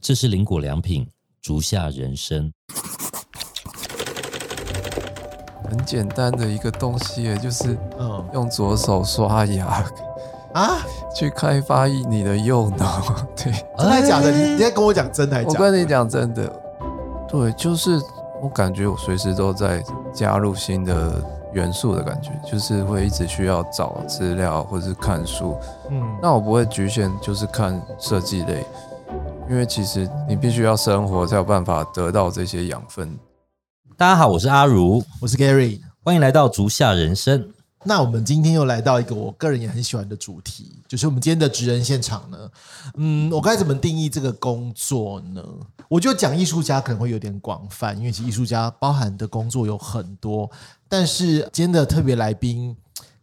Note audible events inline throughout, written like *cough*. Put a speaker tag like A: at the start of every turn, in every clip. A: 这是林果良品竹下人参。
B: 很简单的一个东西耶，就是
C: 嗯
B: 用左手刷牙 *laughs*
C: 啊，
B: 去开发你的右脑。 *laughs* 对，
C: 真的假的？你你
A: 哎
C: 在跟我讲真的还是
B: 我
C: 假的？
B: 跟你讲真的，对，就是我感觉我随时都在加入新的元素的感觉，就是会一直需要找资料或是看书。
C: 嗯，
B: 那我不会局限就是看设计类，因为其实你必须要生活才有办法得到这些养分。
A: 大家好，我是阿如，
C: 我是 Gary。
A: 欢迎来到竹下人生。
C: 那我们今天又来到一个我个人也很喜欢的主题，就是我们今天的职人现场呢，嗯，我该怎么定义这个工作呢？我就讲艺术家可能会有点广泛，因为其实艺术家包含的工作有很多，但是今天的特别来宾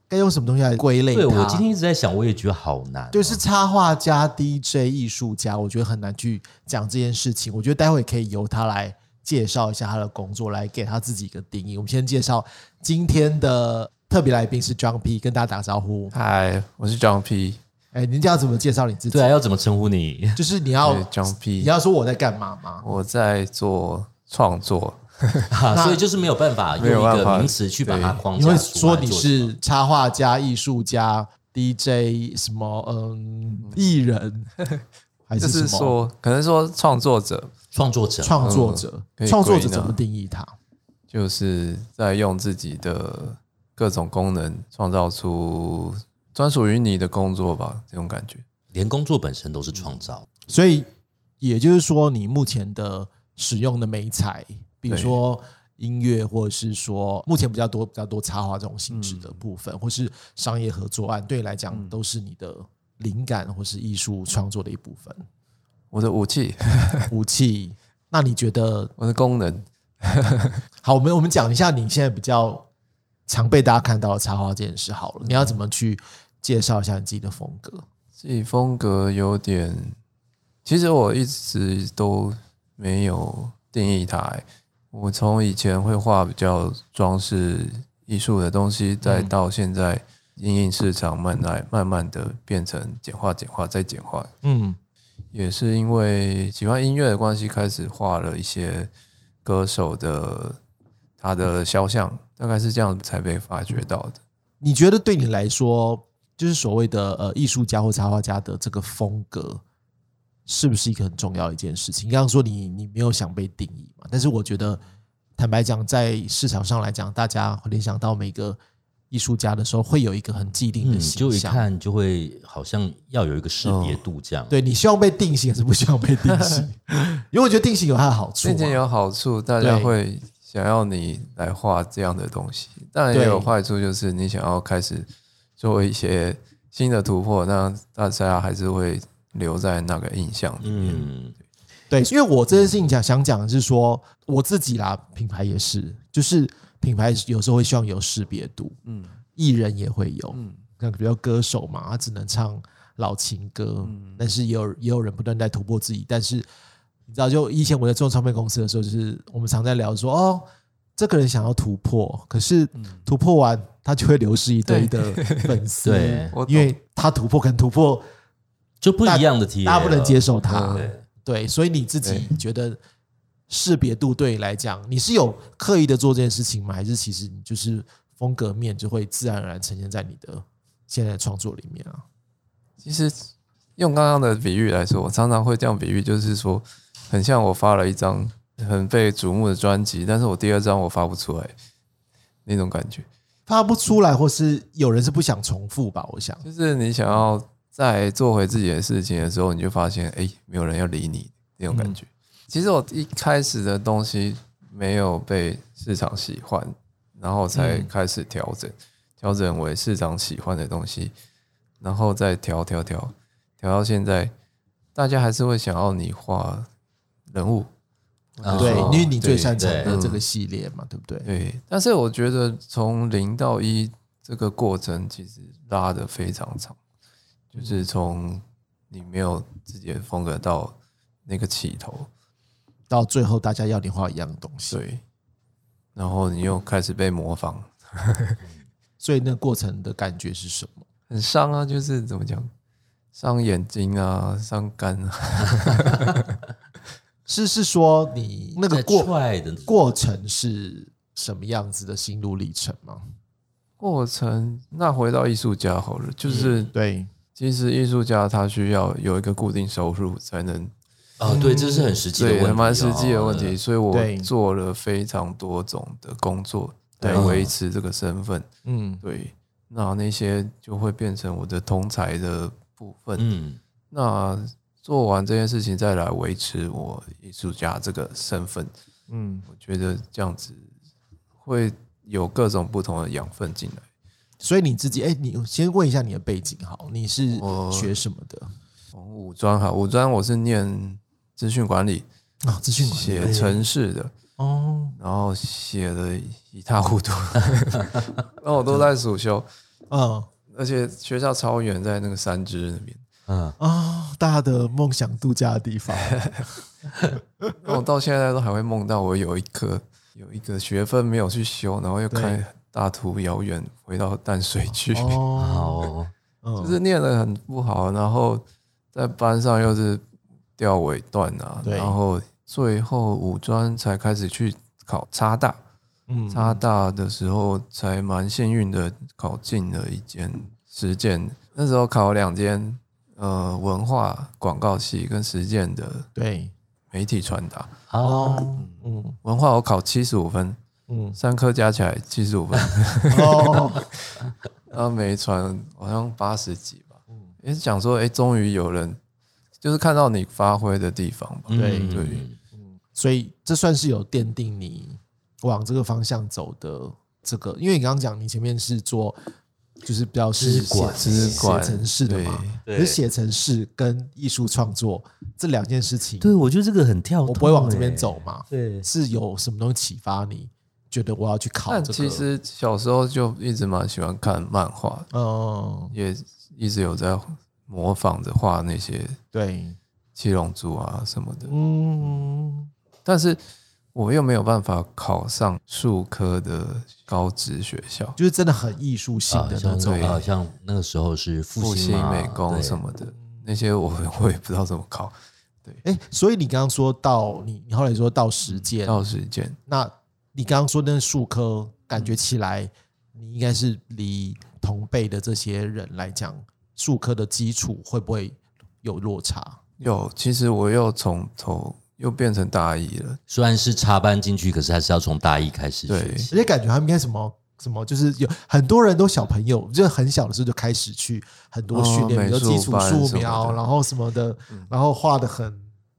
C: 该用什么东西来归类它？
A: 对我今天一直在想，我也觉得好难哦、
C: 哎就是插画家、DJ、艺术家，我觉得很难去讲这件事情。我觉得待会可以由他来介绍一下他的工作，来给他自己一个定义。我们先介绍今天的特别来宾是 John P，跟大家打招呼。
B: 嗨，我是 John P，
C: 哎，你这样怎么介绍你自己？
A: 对啊，要怎么称呼你？ *laughs*
C: 就是你
B: 对
C: 要
B: John
C: 你
B: P，
C: 要说我在干嘛吗？
B: 我在做创作，
A: 啊、所以就是没有办法用
B: 没有
A: 一
B: 办
A: 个
B: 法
A: 名词去把它框
C: 你
A: 架
C: 会
A: 出来
C: 说
A: 做
C: 你是插画家、艺术家、DJ 什么？嗯，艺人还
B: 就是是
C: 什么
B: 说，可能说创作者
A: 创作者，
C: 创作者
B: 可？以
C: 创作者
B: 归纳
C: 怎么定义他？
B: 就是在用自己的各种功能创造出专属于你的工作吧，这种感觉。
A: 连工作本身都是创造。
C: 所以也就是说，你目前的使用的美材，比如说音乐，或者是说目前比较多比较多插画这种性质的部分，或是商业合作案，对你来讲、都是你的灵感或是艺术创作的一部分
B: 我的武器， *laughs*
C: 武器。那你觉得
B: 我的功能，
C: 好？我们我们讲一下你现在比较常被大家看到的插画这件事好了。你要怎么去介绍一下你自己的风格？
B: 自己风格有点，其实我一直都没有定义它、欸我从以前会画比较装饰艺术的东西，再
C: 嗯
B: 到现在因应市场慢慢慢慢的变成简化、简化再简化，
C: 嗯，
B: 也是因为喜欢音乐的关系，开始画了一些歌手的他的肖像，大概是这样才被发掘到的。
C: 你觉得对你来说，就是所谓的呃艺术家或插画家的这个风格，是不是一个很重要的一件事情？你刚刚说你你没有想被定义嘛，但是我觉得，坦白讲，在市场上来讲，大家联想到每个艺术家的时候，会有一个很既定
A: 嗯，
C: 的
A: 就
C: 形
A: 一
C: 象。
A: 看就会好像要有一个识别度这样。
C: 对你希望被定型，还是不希望被
A: *laughs*
C: 定型？因为我觉得定型有它的好处啊
B: 渐
C: 嘛。
B: 渐有好处，大家
C: 对
B: 会想要你来画这样的东西，当然也
C: 对
B: 有坏处，就是你想要开始做一些新的突破，那大家还是会留在那个印象里面。
A: 嗯，
C: 对，因为我这件事情讲想讲的是说，我自己啦，品牌也是，就是品牌有时候会希望有识别度，嗯，艺人也会有，嗯，像比如歌手嘛，他只能唱老情歌，但是也有也有人不断在突破自己，但是你知道，就以前我在做唱片公司的时候，就是我们常在聊说，哦，这个人想要突破，可是突破完他就会流失一堆的粉丝，
A: 对
B: 我懂
C: 因为他突破跟突破，
A: 就不一样的体验，
C: 大家不能接受他，
B: 嗯
A: 对
C: 对，所以你自己觉得识别度对你来讲，你是有刻意的做这件事情吗？还是其实你就是风格面就会自然而然呈现在你的现在的创作里面啊？
B: 其实用刚刚的比喻来说，我常常会这样比喻，就是说，很像我发了一张很被瞩目的专辑，但是我第二张我发不出来那种感觉，
C: 发不出来，或是有人是不想重复吧？我想，
B: 就是你想要再做回自己的事情的时候，你就发现，哎、没有人要理你那种感觉。嗯其实我一开始的东西没有被市场喜欢，然后才开始调整，调、整为市场喜欢的东西，然后再调调调调到现在，大家还是会想要你画人物，
A: 啊嗯
C: 对，
B: 哦
C: 因为你最
B: 对
C: 擅长的
A: 对
C: 这个系列嘛，对不对？
B: 对，但是我觉得从零到一这个过程其实拉的非常长，就是从你没有自己的风格到那个起头，
C: 到最后大家要你画一样的东西，
B: 对，然后你又开始被模仿，
C: 所以那过程的感觉是什么？
B: 很伤啊，就是怎么讲，伤眼睛啊，伤肝啊，
C: 是是说你那个
A: 在
C: 过
A: 踹的
C: 过程是什么样子的心路历程吗？
B: 过程。那回到艺术家好了，就是
C: 对，
B: 其实艺术家他需要有一个固定收入才能，
A: 啊，对，这是很实际的问
B: 对，
A: 题、
B: 还
A: 哦，
B: 蛮实际的问题。所以我
C: 对
B: 做了非常多种的工作
C: 对
B: 来维持这个身份。
C: 嗯，
B: 对，那那些就会变成我的通才的部分。
A: 嗯，
B: 那做完这件事情再来维持我艺术家这个身份，
C: 嗯，
B: 我觉得这样子会有各种不同的养分进来。
C: 所以你自己，哎、你先问一下你的背景好，你是
B: 我
C: 学什么的
B: 从五专哈，五专我是念资讯管理，
C: 啊？资讯管理
A: 哎
B: 写城市的，
C: 哦
B: 然后写的一塌糊涂， *laughs* 然后我都在暑修，
C: 嗯
B: 而且学校超远，在那个三支那边。
A: 啊，
C: 啊，大家的梦想度假的地
B: *laughs*
C: 方，
B: 那我到现在都还会梦到我有一科有一个学分没有去修，然后又开大途遥远回到淡水去，
C: 哦，
A: 好，
C: 嗯
B: 就是念的很不好，然后在班上又是掉尾段啊，
C: 对
B: 然后最后五专才开始去考差大，
C: 嗯
B: 差大的时候才蛮幸运的考进了一间实践，那时候考两间呃文化广告系跟实践的
C: 对
B: 媒体传达，
A: 好，
C: 哦，嗯
B: 文化我考七十五分。*laughs*
C: 嗯
B: 三科加起来七十
C: *laughs*
B: 五分，
C: 哦，
B: 然后每一传好像八十几吧。
C: 嗯
B: 也是想说，哎、终于有人就是看到你发挥的地方吧。
C: 对
A: 嗯
B: 对，
C: 所以这算是有奠定你往这个方向走的这个，因为你刚刚讲你前面是做就是比较是
A: 资管
C: 写
B: 资管
C: 写程式的嘛，可
A: 对
C: 是写程式跟艺术创作这两件事情，
A: 对我觉得这个很跳，欸
C: 我不会往这边
B: 欸
C: 走，嘛，
A: 对，
C: 是有什么东西启发你，觉得我要去考
B: 但
C: 这个？
B: 其，实小时候就一直蛮喜欢看漫画，
C: 嗯，
B: 也一直有在模仿着画那些
C: 对，
B: 七龙珠啊什么的。
C: 嗯，
B: 但是我又没有办法考上数科的高职学校，
C: 就是真的很艺术性
A: 啊，
C: 的那
A: 像
C: 种，
A: 好像那个时候是复
B: 复兴
A: 嘛
B: 美工
A: 对
B: 什么的那些我，我也不知道怎么考。
C: 哎、所以你刚刚说到你，你后来说到实践，
B: 到时间
C: 那你刚刚说那数科，感觉起来你应该是离同辈的这些人来讲，数科的基础会不会有落差？
B: 有，其实我又从头又变成大一了，
A: 虽然是插班进去，可是还是要从大一开始学
B: 对
A: 起。
C: 而且感觉他们应该什么什么，就是有很多人都小朋友，就是很小的时候就开始去很多训练，
B: 哦
C: 比如说基
B: 美术
C: 础
B: 班什么
C: 素
B: 的嗯
C: 描，然后什么的，然后画的很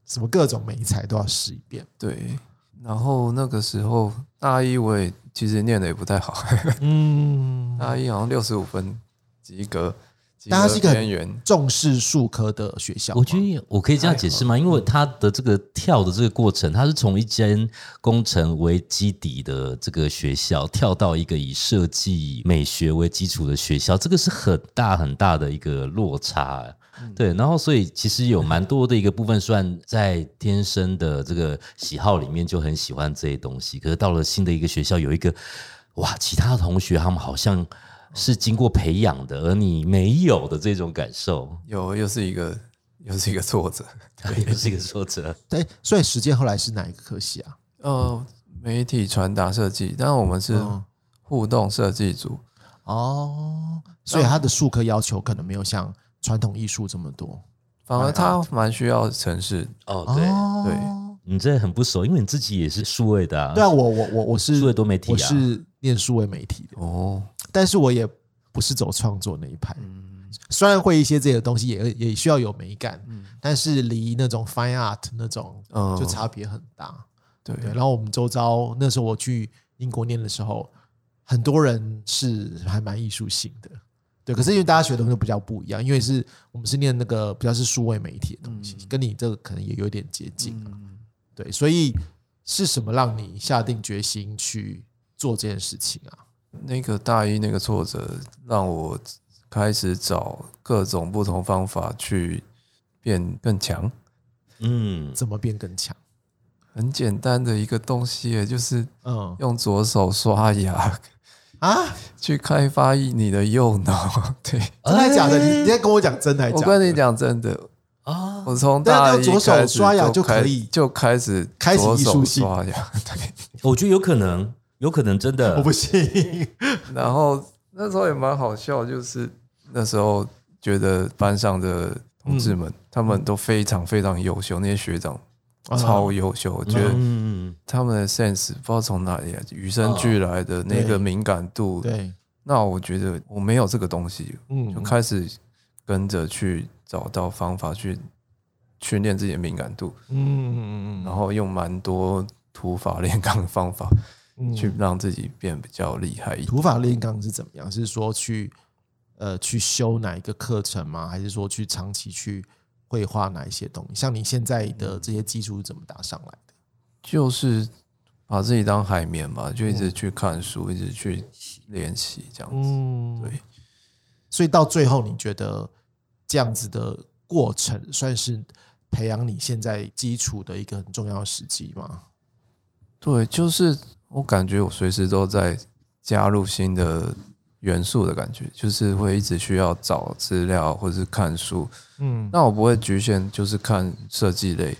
C: 什么各种美材都要试一
B: *laughs*
C: 遍。
B: 对。然后那个时候大一我也其实念的也不太好，
C: 嗯，
B: 大一好像六十五分及格，及
C: 但它
B: 格
C: 是一个
B: 边
C: 很
B: 缘。
C: 重视数科的学校嘛，
A: 我觉得也我可以这样解释吗？因为他的这个跳的这个过程，他是从一间工程为基底的这个学校跳到一个以设计美学为基础的学校，这个是很大很大的一个落差。啊对，然后所以其实有蛮多的一个部分，虽然在天生的这个喜好里面就很喜欢这些东西，可是到了新的一个学校，有一个哇，其他同学他们好像是经过培养的，而你没有的这种感受。
B: 有又是一个又是一个挫折。
A: 也是一个挫折。
C: 对，所以实践后来是哪一个科系啊？
B: 呃，媒体传达设计，但我们是
C: 嗯
B: 互动设计组，
C: 哦，所以他的术科要求可能没有像传统艺术这么多。
B: 反
C: 哎
B: 而它蛮需要城市。
A: 哦，对，
C: 哦，
A: 你这很不熟，因为你自己也是数位的啊。
C: 对啊，我我我我是
A: 数位多媒体啊
C: 我是念数位媒体的，
B: 哦，
C: 但是我也不是走创作那一派。
B: 嗯
C: 虽然会一些这些东西也，也需要有美感，但是离那种 fine art 那种
B: 嗯
C: 就差别很大。
B: 对，
C: 对，然后我们周遭那时候我去英国念的时候，很多人是还蛮艺术性的，
B: 嗯
C: 对。可是因为大家学的东西比较不一样，因为是我们是念那个比较是数位媒体的东西，
B: 嗯
C: 跟你这个可能也有点接近啊，对。所以是什么让你下定决心去做这件事情啊？
B: 那个大一那个挫折，让我开始找各种不同方法去变更强。
A: 嗯，
C: 怎么变更强？
B: 很简单的一个东西耶，就是
C: 嗯
B: 用左手刷牙 *laughs*
C: 啊，
B: 去开发你的右脑。对，哎
C: 真的假的？你你在跟我讲真的还是
B: 我
C: 假的？
B: 跟你讲真的，
A: 啊，
B: 我从
C: 但
B: 大
C: 要
B: 一
C: 左手
B: 开始
C: 刷牙
B: 就
C: 就可
B: 开
C: 以
B: 就开始
C: 开启
B: 左
C: 艺术
B: 手
C: 性
B: 刷牙， *laughs* 对。
A: 我觉得有可能，有可能真的
C: 我不信。
B: 然后那时候也蛮好笑，就是那时候觉得班上的同
C: 嗯
B: 志们，他们都非常非常优秀，那些学长
C: 啊
B: 超优秀，我觉得
A: 嗯，
B: 他们的 sense 不知道从哪里来，与生俱来的那
C: 啊对
B: 个敏感度。
C: *laughs* 对，
B: 那我觉得我没有这个东西，
C: 嗯
B: 就开始跟着去找到方法去训练自己的敏感度，
C: 嗯嗯
B: 然后用蛮多土法炼钢的方法
C: 嗯
B: 去让自己变比较厉害一点。
C: 土法炼钢是怎么样？是说去呃去修哪一个课程吗？还是说去长期去绘画哪一些东西？像你现在的这些基础是怎么打上来的？
B: 就是把自己当海绵嘛，就一直去看书，一直去练习这样子。
C: 嗯
B: 对，
C: 所以到最后，你觉得这样子的过程算是培养你现在基础的一个很重要的时机吗？
B: 对，就是我感觉我随时都在加入新的元素的感觉，就是会一直需要找资料或是看书。
C: 嗯，
B: 那我不会局限就是看设计类，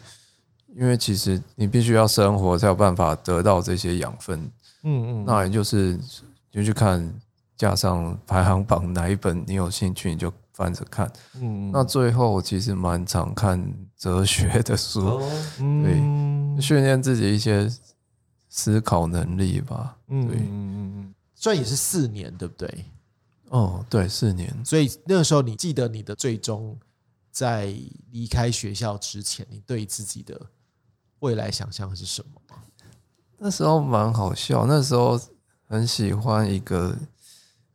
B: 因为其实你必须要生活才有办法得到这些养分。
C: 嗯
B: 那也就是你就去看加上排行榜哪一本你有兴趣，你就翻着看。
C: 嗯
B: 那最后我其实蛮常看哲学的书，
A: 哦，
C: 嗯
B: 训练自己一些思考能力吧。
C: 嗯
B: 对
C: 嗯嗯嗯，虽然也是四年，对不对？
B: 哦，对，四年，
C: 所以那个时候，你记得你的最终在离开学校之前，你对自己的未来想象是什么吗？
B: 那时候蛮好笑。那时候很喜欢一个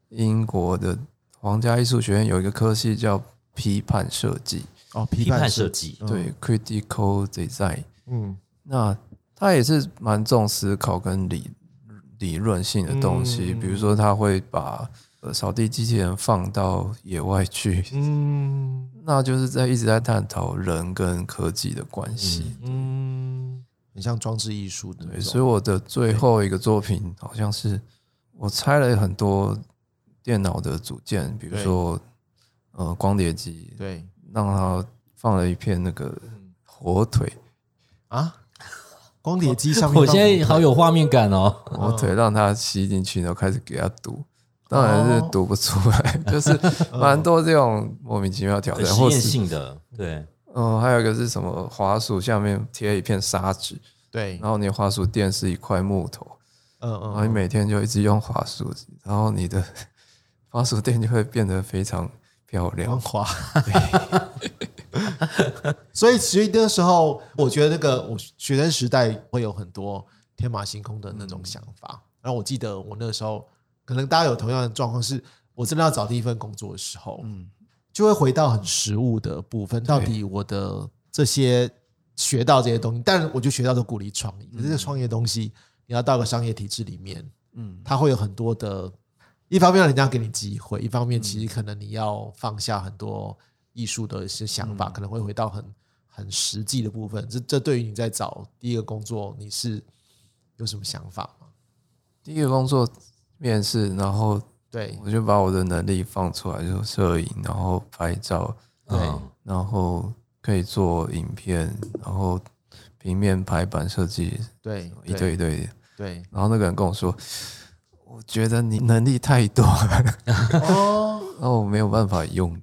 B: 英国的皇家艺术学院有一个科系叫批判设计，
C: 哦，
A: 批
C: 批
A: 判
C: 判
A: 设
C: 设，
A: 计，
B: 对，critical design。
C: 嗯
B: 那他也是蛮重思考跟理理论性的东西，
C: 嗯
B: 比如说他会把呃扫地机器人放到野外去，
C: 嗯
B: 那就是在一直在探讨人跟科技的关系。
C: 嗯，很像装置艺术的
B: 对，
C: 那
B: 所以
C: 种，
B: 我的最后一个作品好像是我拆了很多电脑的组件，比如
C: 对
B: 说呃光碟机，
C: 对嗯
B: 让它放了一片那个火腿，
C: 啊，光碟机上面
A: 我
C: 放
A: 现
C: 什
A: 在
C: 么
A: 好有画面感哦。
B: 火腿让它吸进去，然后开始给它读。当然是
C: 哦
B: 读不出来， *laughs* 就是蛮多这种莫名其妙的挑
A: 嗯对
B: 战，
A: 实
B: 或
A: 验
B: 是
A: 性的，对，
B: 嗯、还有一个是什么滑鼠下面贴一片砂纸，
A: 嗯
C: 对，
B: 然后你的滑鼠垫是一块木头，
C: 嗯
B: 然后你
C: 嗯
B: 每天就一直用滑鼠，然后你的 *laughs* 滑鼠垫就会变得非常漂亮
A: 嗯
C: 光。滑。所以，其实那时候，我觉得那个我学生时代会有很多天马行空的那种想法。然后我记得我那时候，可能大家有同样的状况，是我真的要找第一份工作的时候，嗯，就会回到很实务的部分，到底我的这些学到这些东西，但我就学到都鼓励创业，可是这个创业东西，你要到个商业体制里面，
B: 嗯，
C: 它会有很多的，一方面人家给你机会，一方面其实可能你要放下很多艺术的一些想法，可能会回到很很实际的部分。这这对于你在找第一个工作，你是有什么想法吗？
B: 第一个工作面试，然后
C: 对
B: 我就把我的能力放出来，就是摄影，然后拍照，
C: 对，
A: 嗯
B: 然后可以做影片，然后平面排版设计，
C: 对
B: 一对一对的。
C: 对
B: 然后那个人跟我说：“我觉得你能力太多了，
C: 哦，
B: 然后我没有办法用你。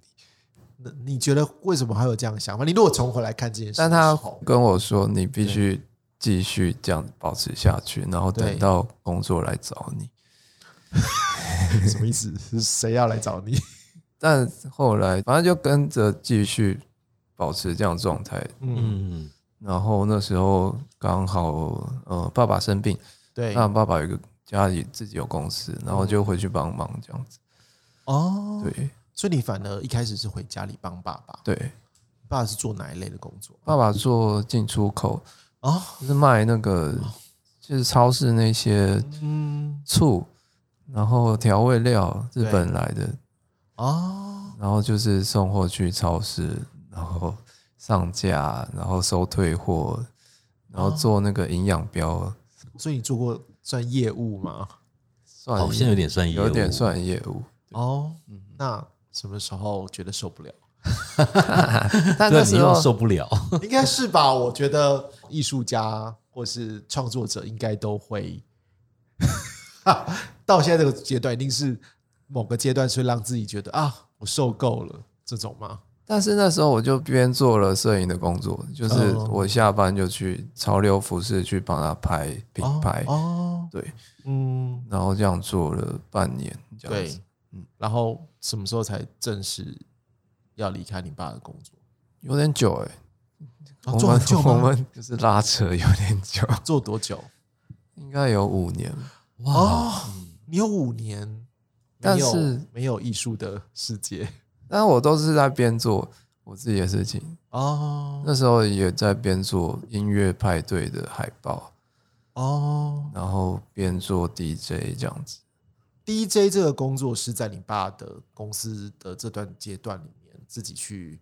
C: 那你觉得为什么还有这样的想法？你如果重回来看这件”事的
B: 但
C: 时
B: 他
C: 候，
B: 跟我说：“你必须继续这样保持下去，然后
C: 对
B: 等到工作来找你。
C: *laughs* 什么意思？是谁要来找你？”
B: 但后来反正就跟着继续保持这样的状态。
C: 嗯，
A: 嗯，
B: 然后那时候刚好呃爸爸生病，
C: 对
B: 那爸爸有一个家里自己有公司，然后就回去帮忙这样子。
C: 哦，
B: 对
C: 所以你反而一开始是回家里帮爸爸，
B: 对，
C: 爸爸是做哪一类的工作？
B: 爸爸做进出口，
C: 哦，
B: 就是卖那个就是超市那些
C: 嗯，
B: 醋，然后调味料日本来的，
C: 哦。
B: 然后就是送货去超市，然后上架，然后收退货，然后做那个营养标，
C: 所以你做过算业务吗？
B: 算
A: 哦好像有点算业务 *laughs*
B: 有点算业务。
C: 嗯哦，那什么时候觉得受不了？
A: 对
B: 但
A: 啊
B: 那
A: 你
B: 时
A: 又
B: 候
A: 受不了。
C: 应该是吧？我觉得艺术家或是创作者应该都会， *laughs* 到现在这个阶段，一定是某个阶段是会让自己觉得啊，我受够了这种吗？
B: 但是那时候我就边做了摄影的工作，就是
C: 哦
B: 我下班就去潮流服饰去帮他拍品牌，
C: 哦，哦
B: 对，
C: 嗯，
B: 然后这样做了半年，这样
C: 对
B: 子，，
C: 嗯，然后什么时候才正式要离开你爸的工作？
B: 有点久哎、
C: 哦
B: 我
C: 做很
B: 们
C: 久
B: *laughs* 我
C: 吗？
B: 们就是拉扯有点久，
C: 做多久？
B: 应该有五年。
A: 哇，
C: 哦，你有五年，
B: 但
C: 没有
B: 是
C: 没有艺术的世界
B: 但我都是在边做我自己的事情，
C: 哦
B: 那时候也在边做音乐派对的海报，
C: 哦
B: 然后边做 DJ 这样子。
C: ，DJ 这个工作是在你爸的公司的这段阶段里面自己去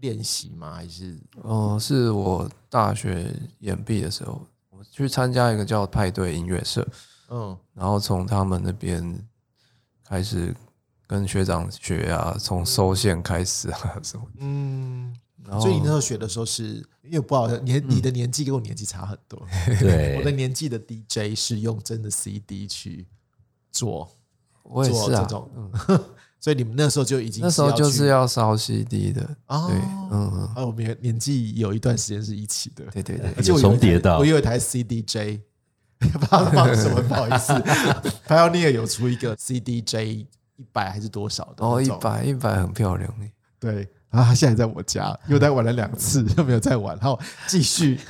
C: 练习吗？还是
B: 哦、是我大学研毕的时候，我去参加一个叫派对音乐社，
C: 嗯
B: 然后从他们那边开始跟学长学啊，从收线开始啊什么。
C: 嗯？
B: 然后
C: 所以你那时候学的时候是，因为不好，你你的年纪跟我年纪差很多，我的
A: 对，
C: 年纪的 DJ 是用真的 CD 去做
B: 我也
C: 做
B: 是
C: 这
B: 啊，
C: 种， *laughs* 所以你们那时候就已经
B: 那时候就是
C: 要
B: 要烧 CD 的，
C: 哦
B: 对，嗯嗯，
C: 啊，我们年纪有一段时间是一起的，
B: 对对对。
C: 而且我有一
A: 有重
C: 台
A: 叠到
C: 我有一台 CDJ，不知 *laughs* 道放什么，不好意思。Pioneer 有出一个 CDJ 一百还是多少的那种？
B: 哦，一百一百很漂亮欸耶
C: 对。啊，它现在在我家，又在玩了两次， *laughs* 又没有再玩，然后继续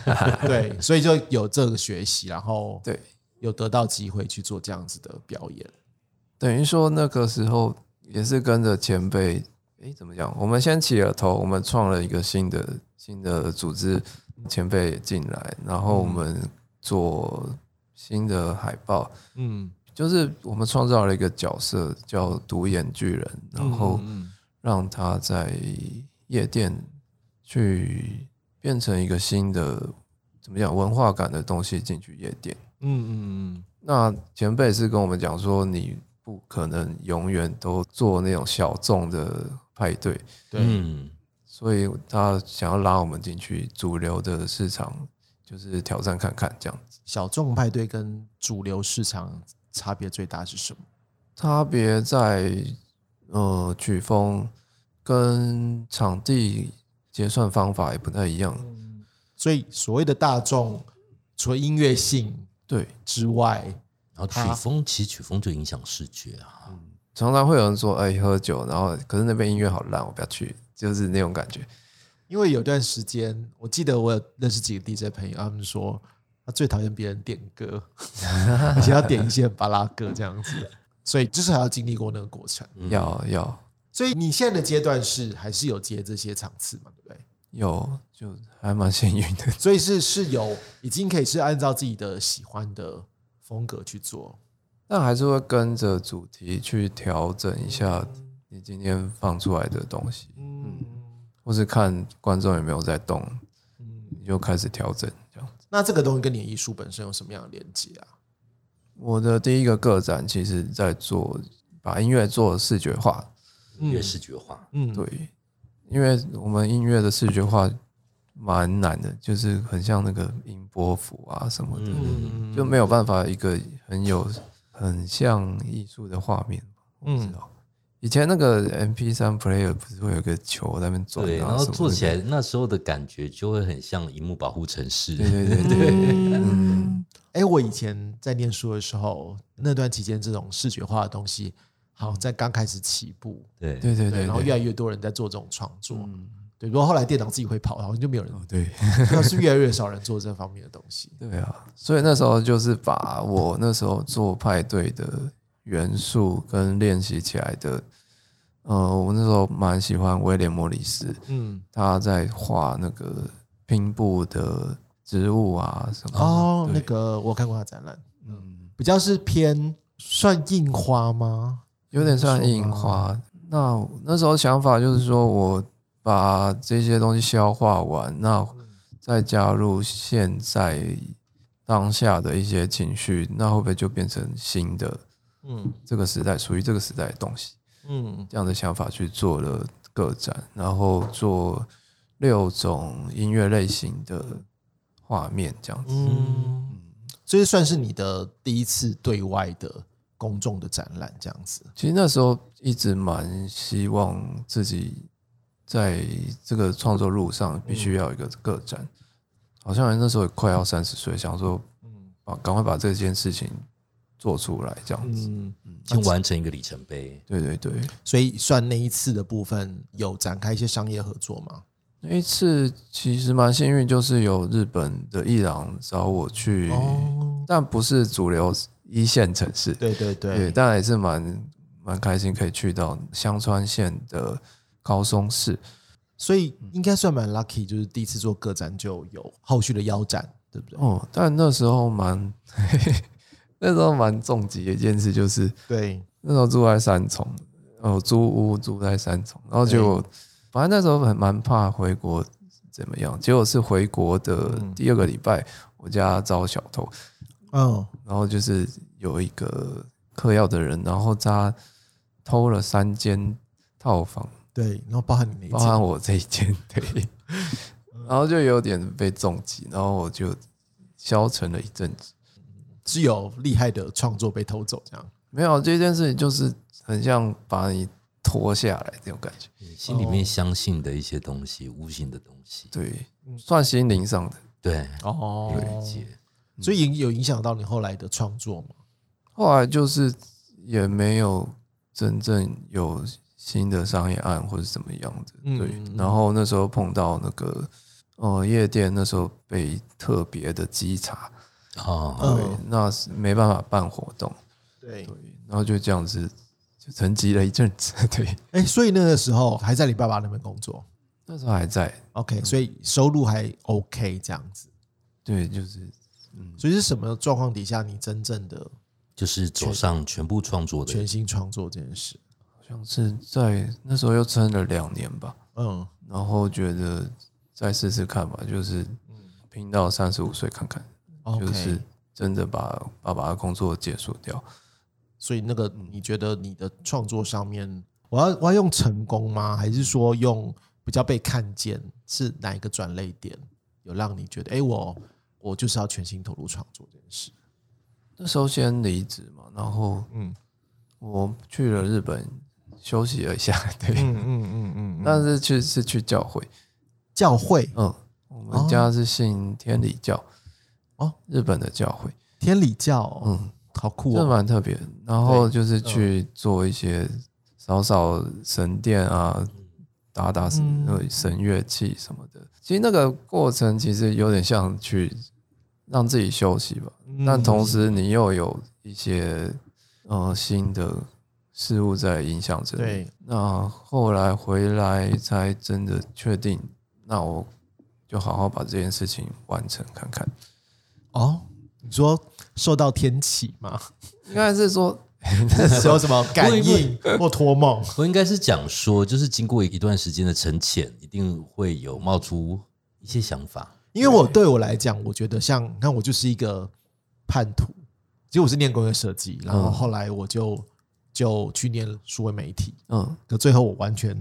C: 对，所以就有这个学习，然后
B: 对，
C: 有得到机会去做这样子的表演。
B: 等于说那个时候也是跟着前辈，诶，怎么讲？我们先起了头，我们创了一个新的新的组织，前辈也进来，然后我们做新的海报，
C: 嗯，
B: 就是我们创造了一个角色叫独眼巨人，然后
A: 嗯
B: 让他在夜店去变成一个新的怎么讲文化感的东西进去夜店。
C: 嗯嗯
B: 那前辈是跟我们讲说，你不可能永远都做那种小众的派对，
C: 嗯，
A: 嗯，
B: 所以他想要拉我们进去主流的市场，就是挑战看看这样子。
C: 小众派对跟主流市场差别最大是什么？
B: 差别在呃曲风跟场地结算方法也不太一样，
C: 所以所谓的大众，除了音乐性
B: 对，
C: 之外，
A: 然后曲风其实曲风就影响视觉啊，
B: 常常会有人说，哎、喝酒，然后可是那边音乐好烂，我不要去，就是那种感觉。
C: 因为有段时间，我记得我有认识几个 DJ 朋友，他们说他最讨厌别人点歌， *laughs* 而且要点一些巴拉歌这样子，所以就是还要经历过那个过程。
B: 要要
C: 所以你现在的阶段是还是有接这些场次嘛，对不对？ *laughs*
B: 有，就还蛮 *laughs* 幸运的。
C: 所以是是有已经可以是按照自己的喜欢的风格去做。
B: 但还是会跟着主题去调整一下你今天放出来的东西，
C: 嗯
B: 或是看观众有没有在动，
C: 嗯，
B: 你就开始调整这样。
C: 那这个东西跟你的艺术本身有什么样的连接啊？
B: 我的第一个个展其实在做把音乐做视觉化，
A: 音乐视觉化，
C: 嗯，
B: 对，因为我们音乐的视觉化蛮难的，就是很像那个音波符啊什么的，
C: 嗯，
B: 就没有办法一个很有很像艺术的画面。嗯，知道。以前那个 MP 三 player 不是会有个球在那边转啊
A: 对，
B: 什
A: 然
B: 么的，
A: 后做起来那时候的感觉就会很像荧幕保护城市，*laughs*
B: 对对对对，嗯，
C: 哎、我以前在念书的时候，那段期间这种视觉化的东西，好像在刚开始起步，
A: 对
B: 对对对，
C: 然后越
B: 对嗯
C: 来越多人在做这种创作，对。不过后来电脑自己会跑，然后就
B: *laughs*
C: 没有人，
B: 哦对
C: 是越来越少人做这方面的东西。
B: 对啊，所以那时候就是把我那时候做派对的元素跟练习起来的，呃，我那时候蛮喜欢威廉莫里斯，
C: 嗯，
B: 他在画那个拼布的植物啊什么的
C: 哦，
B: 对
C: 那个我看过他展览，
B: 嗯。
C: 比较是偏算印花吗？
B: 有点像印花。那我那时候想法就是说，我把这些东西消化完，那再加入现在当下的一些情绪，那会不会就变成新的
C: 嗯
B: 这个时代属于这个时代的东西？
C: 嗯
B: 这样的想法去做了个展，然后做六种音乐类型的画面这样子。
C: 嗯，所以算是你的第一次对外的公众的展览这样子。
B: 其实那时候一直蛮希望自己在这个创作路上必须要有一个个展，好像那时候也快
C: 嗯
B: 要三十岁，想说把赶快把这件事情做出来这样子。
C: 嗯，
A: 先完成一个里程碑。
B: 对对对，
C: 所以算那一次的部分有展开一些商业合作吗？
B: 那一次其实蛮幸运，就是有日本的艺廊找我去，
C: 哦，
B: 但不是主流一线城市，
C: 对对对
B: 对，，但也是蛮蛮开心可以去到香川县的高松市。
C: 所以应该算蛮 lucky，就是第一次做个展就有后续的腰展，对不对？
B: 哦，但那时候蛮， *laughs* 那时候蛮重疾的一件事，就是
C: 对，
B: 那时候住在三重，哦，租屋住在三重，然后结果，反正那时候很蛮怕回国怎么样，结果是回国的第二个礼拜，我家遭小偷，
C: 嗯，
B: 然后就是有一个嗑药的人，然后他偷了三间套房，
C: 对，然后包含你那一
B: 包
C: 次，
B: 含我这一间，对，然后就有点被重击，然后我就消沉了一阵子。
C: 是有厉害的创作被偷走这样。
B: 没有这件事情，就是很像把你拖下来这种感觉。
A: 你心里面相信的一些东
C: 哦
A: 西，无形的东西，
B: 对，
C: 嗯
B: 算心灵上的。
A: 对，
C: 哦
A: 理解。
C: 所以影有影响到你后来的创作吗？
B: 后来就是也没有真正有新的商业案或者怎么样的。
C: 嗯
B: 对
C: 嗯，嗯
B: 然后那时候碰到那个呃夜店，那时候被特别的稽查，
A: 哦，
B: 对，
C: 嗯
B: 那是没办法办活动。
C: 对
B: 对，然后就这样子就沉寂了一阵子。 *laughs* 对，
C: 哎、所以那个时候还在你爸爸那边工作
B: 那时候还在，
C: ，OK，所以收入还 OK 这样子。
B: 对，就是
C: 所以是什么状况底下你真正的
A: 就是走上全部创作的
C: 全新创作这件事？
B: 好像是在那时候又撑了两年吧，
C: 嗯，
B: 然后觉得再试试看吧，就是拼到三十五岁看看，
C: 嗯 OK，
B: 就是真的把爸爸的工作结束掉。
C: 所以那个你觉得你的创作上面，我要我要用成功吗？还是说用比较被看见是哪一个转类点，有让你觉得哎、诶我我就是要全心投入创作这件事？
B: 那时候先离职嘛，然后
C: 嗯
B: 我去了日本休息了一下， *laughs* 对，
C: 嗯嗯嗯
B: 但是去是去教会，
C: 教会
B: 嗯，我们家是信天理教，
C: 哦，
B: 日本的教会，
C: 天理教哦、
B: 嗯，
C: 好酷
B: 这
C: 哦！
B: 蛮特别的。然后就是去做一些扫扫神殿啊，打打神那个神乐器什么的。其实那个过程其实有点像去让自己休息吧，
C: 嗯
B: 但同时你又有一些呃新的事物在影响着你。
C: 对，
B: 那后来回来才真的确定，那我就好好把这件事情完成看看。
C: 哦，你说受到天启 *laughs* 吗？
B: 应该是说
C: 有什么感应或托梦？
A: 我应该是讲说，就是经过一段时间的沉潜，一定会有冒出一些想法。
C: 因为我对我来讲，我觉得像你看，我就是一个叛徒。其实我是念工业设计，然后后来我就就去念数位媒体，
B: 嗯
C: 可最后我完全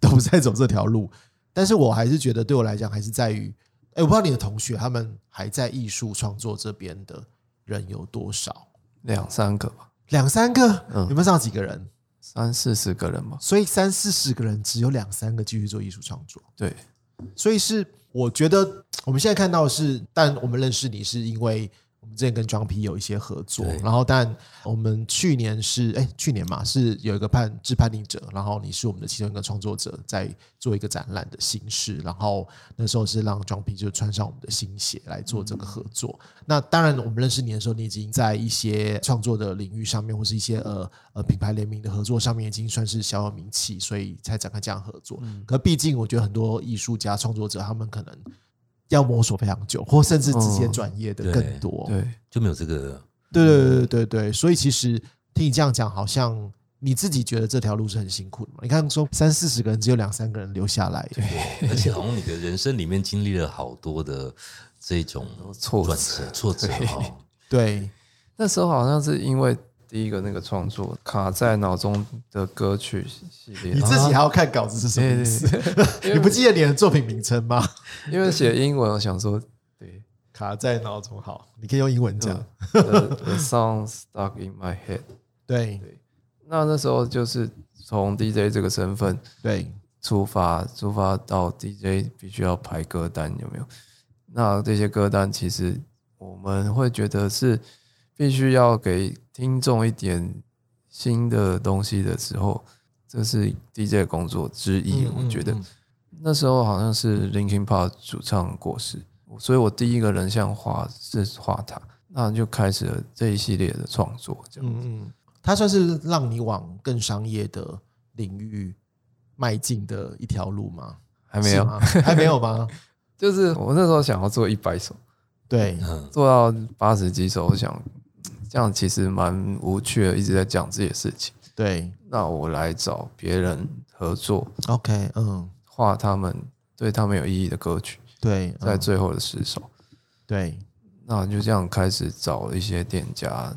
C: 都不在走这条路。 *laughs* 但是我还是觉得，对我来讲，还是在于，哎，我不知道你的同学他们还在艺术创作这边的人有多少，
B: 两三个吧，
C: 两三个，
B: 嗯
C: 你们上几个人？
B: 三四十个人吧。
C: 所以三四十个人只有两三个继续做艺术创作，
B: 对，
C: 所以是我觉得我们现在看到的是，但我们认识你是因为我们之前跟庄 P 有一些合作
A: 对，
C: 然后但我们去年是哎去年嘛是有一个判致叛逆者，然后你是我们的其中一个创作者，在做一个展览的形式，然后那时候是让庄 P 就穿上我们的新鞋来做这个合作。那当然，我们认识你的时候，你已经在一些创作的领域上面，或是一些呃呃品牌联名的合作上面，已经算是小有名气，所以才展开这样合作。可毕竟，我觉得很多艺术家创作者，他们可能要摸索非常久， *laughs* 或甚至直接转业的
A: 嗯
C: 更多。
B: 对，
A: 就没有这个
C: 哦 *laughs* 对对对对对对，所以其实听你这样讲，好像你自己觉得这条路是很辛苦的嘛？你看，说三四十个人，只有两三个人留下来，
A: 而且好像你的人生里面经历了好多的这种
B: 挫折
A: 转折、挫折哦，
C: 对
B: 那时候好像是因为第一个那个创作卡在脑中的歌曲系列
C: 你，自己还要看稿子是什么意思？ *laughs* 你不记得你的作品名称吗？
B: 因为写英文，我想说，对
C: 卡在脑中，好，你可以用英文讲。
B: ，the, 呃 the song stuck in my head。
C: 对
B: 那那时候就是从 DJ 这个身份
C: 对
B: 出发，出发到 DJ 必须要排歌单，有没有？那这些歌单其实我们会觉得是必须要给听众一点新的东西的时候，这是 DJ 的工作之一。我觉得、
C: 嗯嗯
B: 那时候好像是 Linkin Park 主唱过世，所以我第一个人像画是画他，那就开始了这一系列的创作，这样。
C: 嗯嗯，它算是让你往更商业的领域迈进的一条路吗？
B: 还没有
C: *laughs* 是，吗还没有吗？
B: 就是我那时候想要做一百首，
C: 对，
A: 嗯
B: 做到八十几首，我想这样其实蛮无趣的，一直在讲自己的事情。
C: 对
B: 那我来找别人合作，
C: ，OK，嗯，
B: 画他们对他们有意义的歌曲，
C: 对，嗯
B: 在最后的十首，
C: 对，
B: 那就这样开始找一些店家、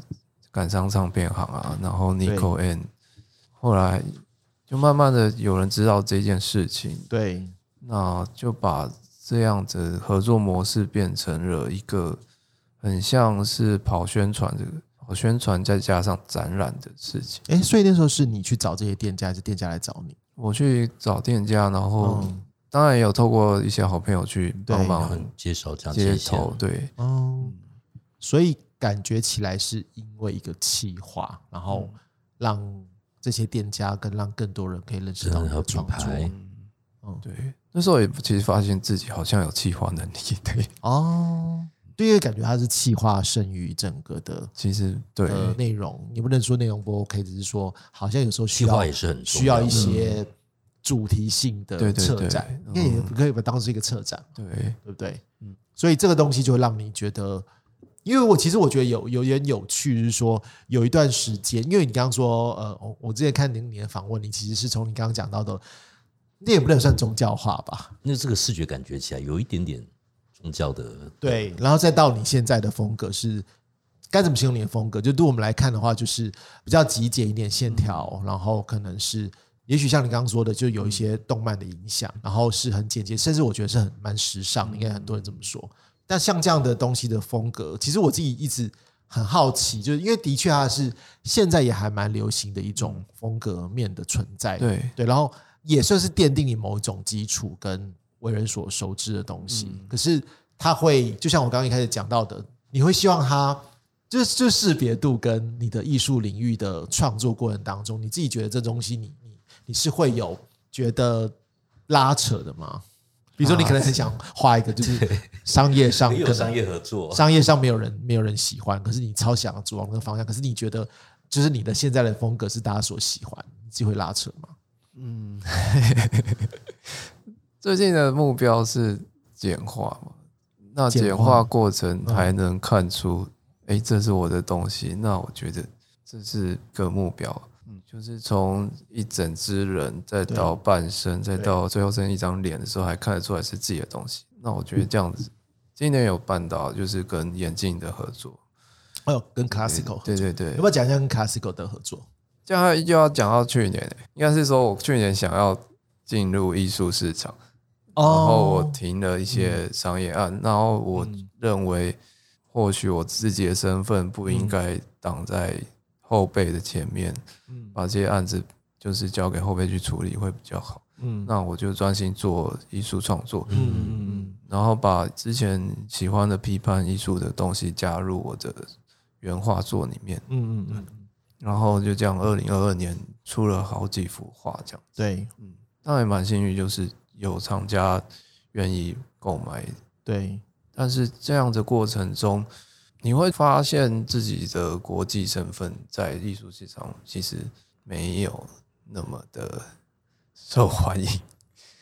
B: 感伤唱片行啊，然后
C: 对
B: Nico N，后来就慢慢的有人知道这件事情，
C: 对，
B: 那就把这样子合作模式变成了一个很像是跑宣传这个跑宣传再加上展览的事情。
C: 哎，所以那时候是你去找这些店家，还是店家来找你？
B: 我去找店家，然后
C: 嗯
B: 当然也有透过一些好朋友去帮
A: 然后
B: 忙
A: 介绍这样
B: 接
A: 接
B: 头，对，
C: 哦，所以感觉起来是因为一个企划，然后让这些店家跟让更多人可以认识到
A: 嗯
C: 你的
A: 和品
C: 创作。
A: 牌
C: 嗯，
B: 对。那时候也其实发现自己好像有企划能力， *laughs* 对，
C: 哦，对，因为感觉它是企划胜于整个的
B: 其实对，
C: 呃内容，你不能说内容不 OK，只是说好像有时候需
A: 计划
C: 要
A: 也是很重
C: 需要
A: 的
C: 一些主题性
B: 对
C: 的
B: 对
C: 策
B: 对
C: 展，
B: 嗯
C: 应该也可以把它当成一个策展，
B: 对，
C: 对不对？嗯，所以这个东西就会让你觉得。因为我其实我觉得有有点有趣，就是说有一段时间，因为你刚刚说，呃，我我之前看您你的访问，你其实是从你刚刚讲到的，那也不能算宗教化吧，
A: 那这个视觉感觉起来有一点点宗教的，
C: 对，然后再到你现在的风格是该怎么形容你的风格？就对我们来看的话，就是比较极简一点线条，然后可能是也许像你刚刚说的，就有一些动漫的影响，然后是很简洁，甚至我觉得是很蛮时尚，应该很多人这么说。但像这样的东西的风格，其实我自己一直很好奇，就是因为的确它是现在也还蛮流行的一种风格面的存在，
B: 对
C: 对，然后也算是奠定你某一种基础跟为人所熟知的东西。
A: 嗯
C: 可是它会，就像我刚刚一开始讲到的，你会希望它就是就识别度跟你的艺术领域的创作过程当中，你自己觉得这东西你你你是会有觉得拉扯的吗？比如说，你可能很想画一
A: *laughs*
C: 个，就是商业上
A: 也啊
C: 可
A: 有
C: 能
A: 商业合作，
C: 商业上没有人没有人喜欢，可是你超想往那个方向，可是你觉得就是你的现在的风格是大家所喜欢，你自己会拉扯吗？
B: 最近的目标是简化嘛？那
C: 简
B: 简
C: 化嗯
B: 化过程还能看出，哎、这是我的东西。那我觉得这是个目标，嗯，就是从一整只人，再到半身，再到最后剩一张脸的时候，还看得出来是自己的东西。那我觉得这样子，今年有办到，就是跟眼镜的合作，
C: 哎呦，跟 classical
B: 对对对
C: 要不，要讲一下跟 classical 的合作？
B: 这样又要讲到去年、应该是说我去年想要进入艺术市场。
C: 哦
B: 然后我停了一
C: 嗯
B: 些商业案，然后我认为或许我自己的身份不应
C: 嗯
B: 该挡在后辈的前面，把这些案子就是交给后辈去处理会比较好。
C: 嗯
B: 那我就专心做艺术创作，
C: 嗯
B: 然后把之前喜欢的批判艺术的东西加入我的原画作里面，
C: 嗯嗯嗯，
B: 然后就这样，二零二二年出了好几幅画这样。
C: 对
B: 那也蛮幸运，就是有厂家愿意购买
C: 对
B: 但是这样的过程中，你会发现自己的国际身份在艺术市场其实没有那么的受欢迎。 *laughs*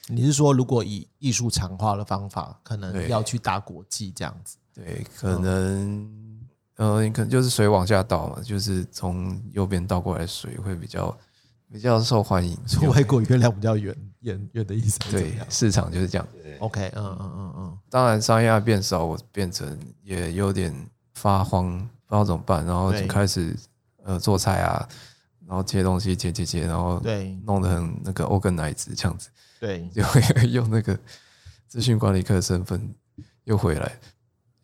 C: 你是说如果以艺术长化的方法，可能
B: 对
C: 要去打国际这样子？
B: 对，可能，呃，你可能就是水往下倒嘛，就是从右边倒过来，水会比较比较受欢迎。
C: 就外国月亮比较远远远的意思？
B: 对，市场就是这样。
C: ，OK，嗯嗯嗯嗯，
B: 当然，商业案变少，我变成也有点发慌，不知道怎么办，然后
C: 对
B: 就开始呃做菜啊，然后切东西切切切，然后
C: 对
B: 弄得很那个 organize 这样子， *laughs*
C: 对，
B: 就用那个资讯管理课的身份又回来，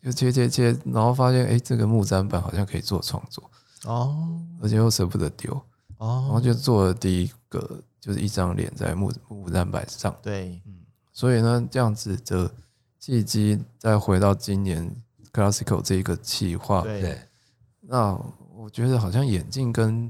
B: 又切切切，然后发现哎、诶这个木毡板好像可以做创作，
C: 哦
B: 而且又舍不得丢，然后
C: 哦，
B: 就做了第一个就是一张脸在木木毡板上，
C: 对，
B: 所以呢，这样子的契机再回到今年 classical 这一个企划，
C: 对
A: 对，
B: 那我觉得好像眼镜跟，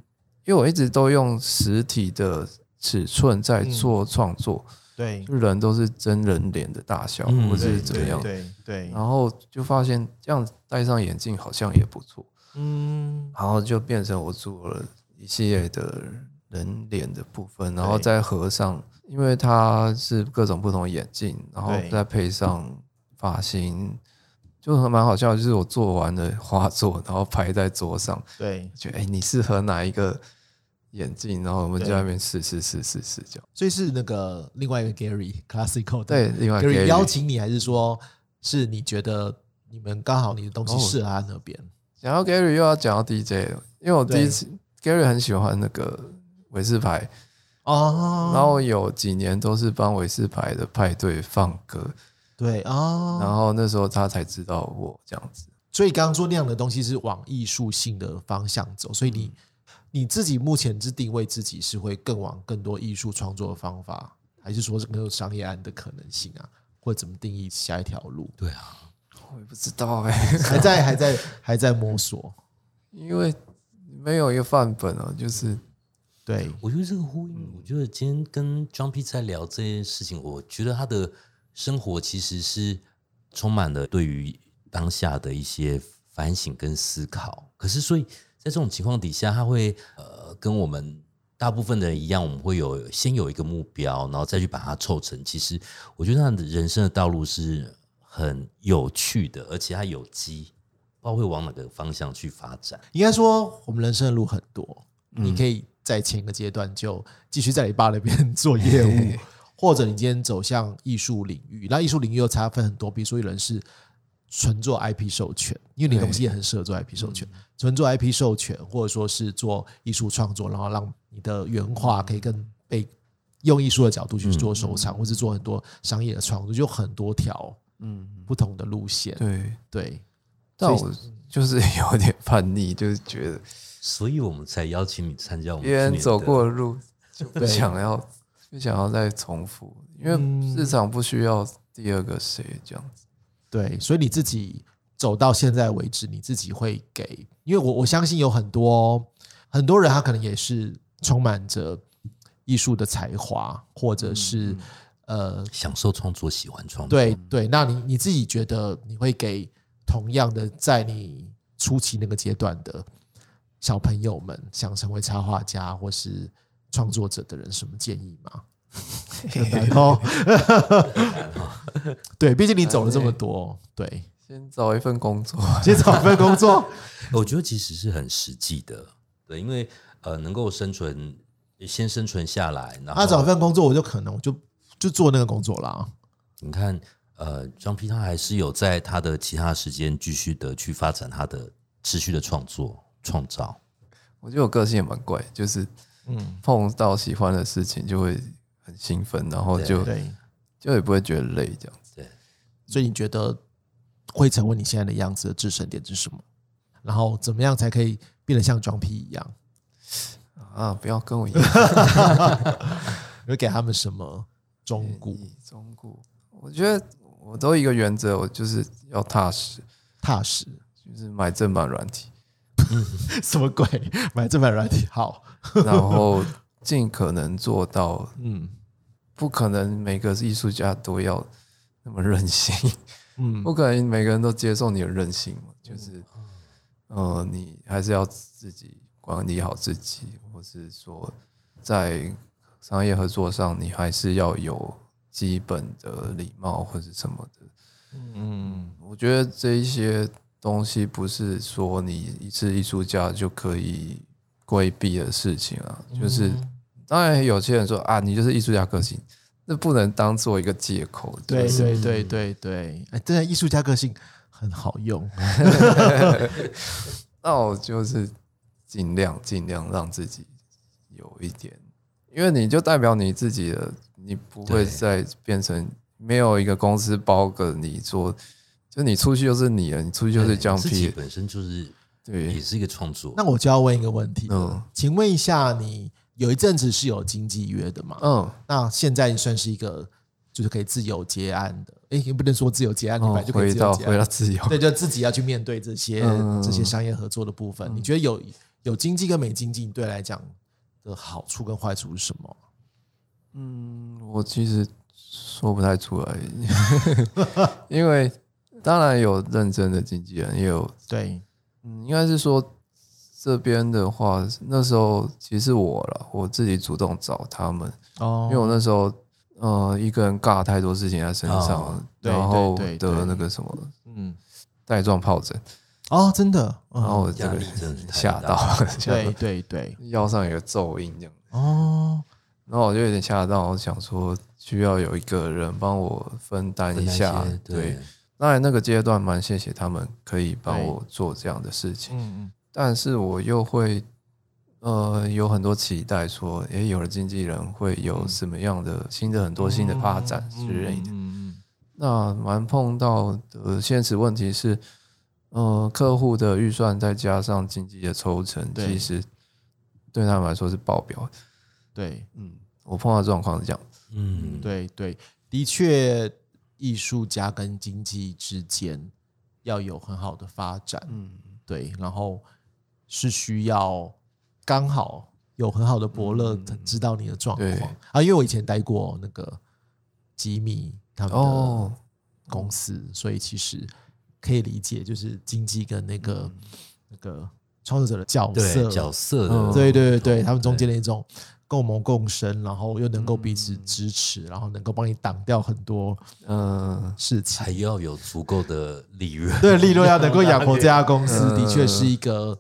B: 因为我一直都用实体的尺寸
C: 嗯
B: 在做创作，
C: 对，
B: 就人都是真人脸的大小，
A: 嗯
B: 或者
C: 对
B: 是怎么样，
C: 对对，对
B: 然后就发现这样戴上眼镜好像也不错，
C: 嗯，
B: 然后就变成我做了一系列的人脸的部分，然后
C: 对
B: 再合上，因为它是各种不同的眼镜，然后
C: 对
B: 再配上发型，就很蛮好笑的。就是我做完了画作，然后排在桌上，
C: 对，
B: 觉得哎、诶你适合哪一个眼镜，然后我们就
C: 对
B: 在那边试试试试试这样。
C: 所以是那个另外一个 Gary Classical 的
B: 对，另外
C: Gary
B: Gary
C: 邀请你，还是说是你觉得你们刚好你的东西
B: 哦
C: 适合他那边？
B: 讲到 Gary 又要讲到 DJ，了因为我第
C: 对
B: 一次 Gary 很喜欢那个韦氏牌，
C: 哦，
B: 然后有几年都是帮韦氏牌的派对放歌，
C: 对哦，
B: 然后那时候他才知道我这样子。
C: 所以刚刚说那样的东西是往艺术性的方向走，所以你、你自己目前是定位自己是会更往更多艺术创作的方法，还是说是更有商业案的可能性啊？或者怎么定义下一条路？
A: 对啊，
B: 我也不知道哎、
C: 还在还在还在摸索。
B: *laughs* 因为没有一个范本哦、就是
C: 对，
A: 我觉得这个呼
B: 嗯
A: 应，我觉得今天跟 Jumpy 在聊这件事情，我觉得他的生活其实是充满了对于当下的一些反省跟思考。可是，所以在这种情况底下，他会呃跟我们大部分的人一样，我们会有先有一个目标，然后再去把它凑成。其实，我觉得他的人生的道路是很有趣的，而且他有机，不知道会往哪个方向去发展。
C: 应该说我们人生的路很多，你可以在前个阶段就继续在你爸那边做业务，或者你今天走向艺术领域，那艺术领域又差分很多，比如说有人是纯做 IP 授权，因为你的东西也很适合做 IP 授权，纯做 IP 授权，或者说是做艺术创作，然后让你的原画可以更被用艺术的角度去做收藏，或是做很多商业的创作，就很多条
B: 嗯，
C: 不同的路线。
B: 对，
C: 对，
B: 但我就是 *laughs* 有点叛逆，就是觉得
A: 所以我们才邀请你参加我们
B: 别
A: 去
B: 人
A: 年
B: 走
A: 的
B: 过的路就不
C: 对
B: 想要，不想要再重复，因为市场不需要第二个谁这样子。
C: 对，所以你自己走到现在为止，你自己会给，因为我我相信有很多很多人，他可能也是充满着艺术的才华，或者是、呃，
A: 享受创作，喜欢创作。，
C: 对对。那你你自己觉得你会给同样的在你初期那个阶段的小朋友们，想成为插画家或是创作者的人什么建议吗？ *laughs* 很难哦， *laughs* 对，毕竟你走了这么多，对。
B: 先找一份工作， *laughs*
C: 先找份工作。
A: 我觉得其实是很实际的，对，因为呃，能够生存，先生存下来，然后、
C: 他啊找份工作，我就可能我就就做那个工作啦。
A: 你看，呃，张皮他还是有在他的其他时间继续的去发展他的持续的创作创造。
B: 我觉得我个性也蛮怪，就是
C: 嗯，
B: 碰到喜欢的事情就会很兴奋，然后就
C: 对。
B: 就也不会觉得累这样子。
C: 所以你觉得会成为你现在的样子的制胜点是什么？然后怎么样才可以变得像装皮一样？
B: 啊，不要跟我一样。
C: 你会给他们什么忠告？
B: 嗯中古，我觉得我都一个原则，我就是要踏实，
C: 踏实？ *laughs*
B: 就是买正版软体，
C: 什么鬼？ *laughs* 买正版软体好？
B: 然后尽可能做到，
C: 嗯
B: 不可能每个艺术家都要那么任性，
C: 嗯，
B: *laughs* 不可能每个人都接受你的任性嘛，就是，呃，你还是要自己管理好自己，或是说在商业合作上，你还是要有基本的礼貌或是什么的。嗯，我觉得这一些东西不是说你是艺术家就可以规避的事情啊，就是。
C: 嗯
B: 当然，有些人说啊，你就是艺术家个性，那不能当做一个借口。
C: 对
B: 就是
C: 对对对对，哎，真的艺术家个性很好用。
B: 那我就是尽量尽量让自己有一点，因为你就代表你自己的，你不会
A: 对
B: 再变成没有一个公司包个你做，就你出去就是你了，你出去就是
A: 自
B: jumpy，
A: 己本身就是也
B: 对，
A: 是一个创作。
C: 那我就要问一个问题，
B: 嗯
C: 请问一下，你有一阵子是有经纪约的嘛？
B: 嗯，
C: 那现在算是一个就是可以自由接案的，诶，也不能说自由接案，你本
B: 哦
C: 来就可以
B: 回
C: 自由
B: 到
C: 接
B: 回
C: 案，
B: 到自由，
C: 对，就自己要去面对这些、
B: 嗯
C: 这些商业合作的部分。你觉得有有经济跟没经济，你对来讲的好处跟坏处是什么？
B: 嗯，我其实说不太出来， *laughs* 因为当然有认真的经纪人，也有
C: 对，
B: 嗯，应该是说这边的话，那时候其实我了，我自己主动找他们，
C: 哦
B: 因为我那时候呃一个人尬太多事情在身上，
A: 哦
C: 对
B: 然后
C: 对对
B: 得
C: 对
B: 那个什么
C: 嗯，
B: 带状疱疹，
C: 哦，真的，嗯
B: 然后我这
A: 压
B: 个
A: 力真的是太
B: *laughs* 吓
A: 大
B: 到，吓
C: 对
B: 到
C: 对对，
B: 腰上有个皱印这样，
C: 哦，
B: 然后我就有点吓到，我想说需要有一个人帮我分担
A: 分
B: 一
A: 担
B: 下
A: 些，对，
B: 当然那个阶段蛮谢谢他们可以帮
C: 对
B: 我做这样的事情。
C: 嗯嗯，
B: 但是我又会呃有很多期待说，诶，有了经纪人会有什么样的新的很多新的发展之类的。
C: 嗯嗯
B: 那蛮碰到的现实问题是，呃，客户的预算再加上经济的抽成，
C: 对
B: 其实对他们来说是爆表的。
C: 对
B: 嗯，我碰到的状况是这样。
A: 嗯，
C: 对对，的确，艺术家跟经济之间要有很好的发展，
B: 嗯，
C: 对，然后是需要刚好有很好的伯乐
B: 嗯嗯嗯
C: 知道你的状
B: 对
C: 况啊，因为我以前待过那个吉米他们的
B: 哦，
C: 公司，所以其实可以理解，就是经济跟那个、那个创作者的角色
A: 对角色
B: 嗯
A: 的，
C: 对对对对，他们中
A: 对
C: 间的一种共谋共生，然后又能够彼此支持，然后能够帮你挡掉很多
B: 嗯、
C: 事情
A: 还。要有足够的利润。
C: *laughs* 对，利润要能够养活这家公司，
B: 嗯
C: 的确是一个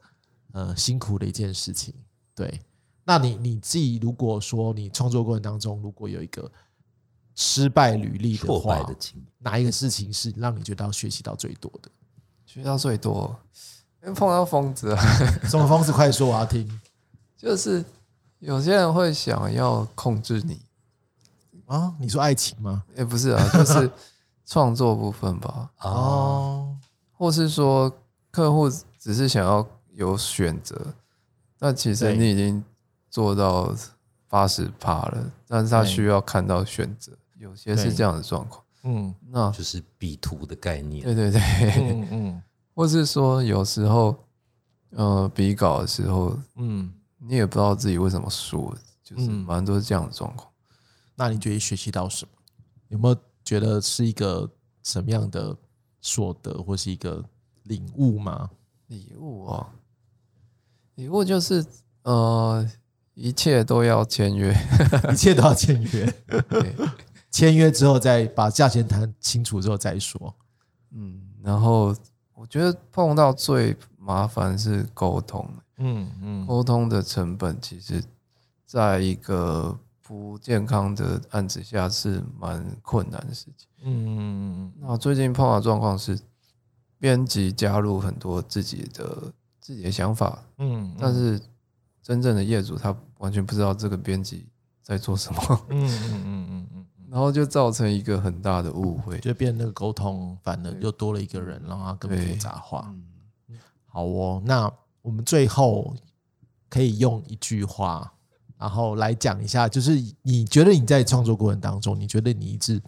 C: 呃辛苦的一件事情。对，那你你自己如果说你创作过程当中，如果有一个失败履历的
A: 挫败
C: 话
A: 的，经历，
C: 哪一个事情是让你觉得要学习到最多的？
B: 学到最多，因为碰到疯子啊。
C: 什么方式？快说，我要听
B: 就是有些人会想要控制你，
C: 啊！你说爱情吗？
B: 也、不是啊，就是创作部分吧，
C: 哦，
B: 或是说客户只是想要有选择，但其实
C: 对
B: 你已经做到八十趴了，但是他
C: 对
B: 需要看到选择，有些是
C: 对
B: 这样的状况。
C: *laughs* 嗯
B: 那
A: 就是比图的概念，
B: 对对对， *laughs*
C: 嗯嗯
B: 或是说有时候，呃，比稿的时候，
C: 嗯，
B: 你也不知道自己为什么输，就是
C: 嗯
B: 蛮多这样的状况。
C: 那你觉得学习到什么？有没有觉得是一个什么样的所得，或是一个领悟吗？ *laughs*
B: 礼物哦，礼物就是呃，一切都要签约。
C: 一切都要签约，
B: 对，
C: 签约之后再把价钱谈清楚之后再说。
B: 嗯，然后我觉得碰到最麻烦是沟通，
C: 嗯嗯，
B: 沟通的成本其实在一个不健康的案子下是蛮困难的事情。
C: 嗯
B: 那最近碰到的状况是，编辑加入很多自己的自己的想法，
C: 嗯
B: 但是真正的业主他完全不知道这个编辑在做什么。
C: 嗯嗯嗯嗯嗯，
B: 然后就造成一个很大的误会。
C: 就变那个沟通，反而又多了一个人，让它更复杂化。
B: 嗯，
C: 好哦，那我们最后可以用一句话，然后来讲一下，就是你觉得你在创作过程当中，你觉得你一直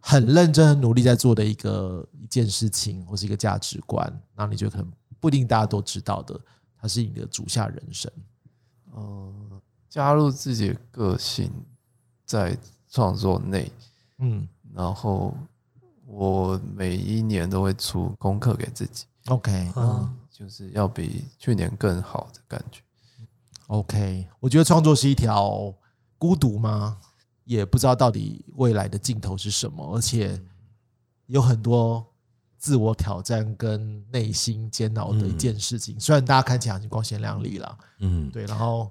C: 很认真、很努力在做的一个一件事情，或是一个价值观，那你觉得可能不一定大家都知道的，它是你的主下人生。
B: 呃，加入自己的个性在创作内，
C: 嗯
B: 然后我每一年都会出功课给自己，
C: ，OK，嗯
B: 嗯
A: 啊，
B: 就是要比去年更好的感觉。
C: OK，我觉得创作是一条孤独吗？也不知道到底未来的尽头是什么，而且有很多自我挑战跟内心煎熬的一件事情。虽然大家看起来很光鲜亮丽啦，
A: 嗯，
C: 对，然后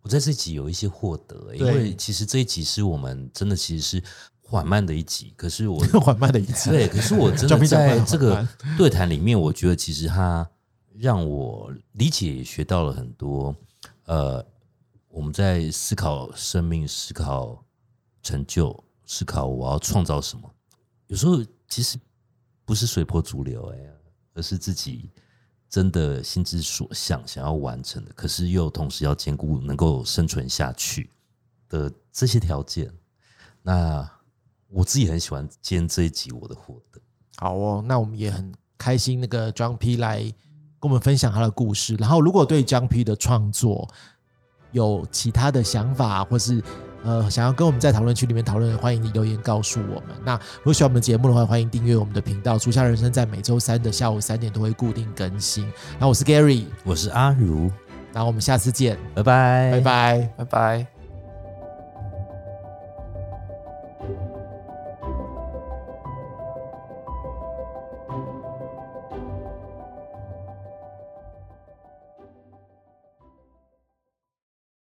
A: 我在这集有一些获得、欸因
C: 对
A: 为其实这一集是我们真的其实是缓慢的一集，可是
C: *laughs*
A: 我
C: 缓慢的一次，
A: 对，可是我真
C: 装
A: 的
C: 逼讲慢
A: 在
C: 缓
A: 这个
C: 慢
A: 对谈里面，我觉得其实它让我理解也学到了很多。呃，我们在思考生命、思考成就、思考我要创造什么，有时候其实不是随波逐流哎、而是自己真的心之所向想要完成的，可是又同时要兼顾能够生存下去的这些条件。那我自己很喜欢今天这一集我的获得。
C: 好哦，那我们也很开心，那个 John P 来跟我们分享他的故事。然后，如果对 John P 的创作有其他的想法，或是呃想要跟我们在讨论区里面讨论，欢迎你留言告诉我们。那如果喜欢我们的节目的话，欢迎订阅我们的频道“竹下人生”，在每周三的下午三点都会固定更新。那我是 Gary，
A: 我是阿如，
C: 那我们下次见，
A: 拜拜，
C: 拜拜
B: 拜拜。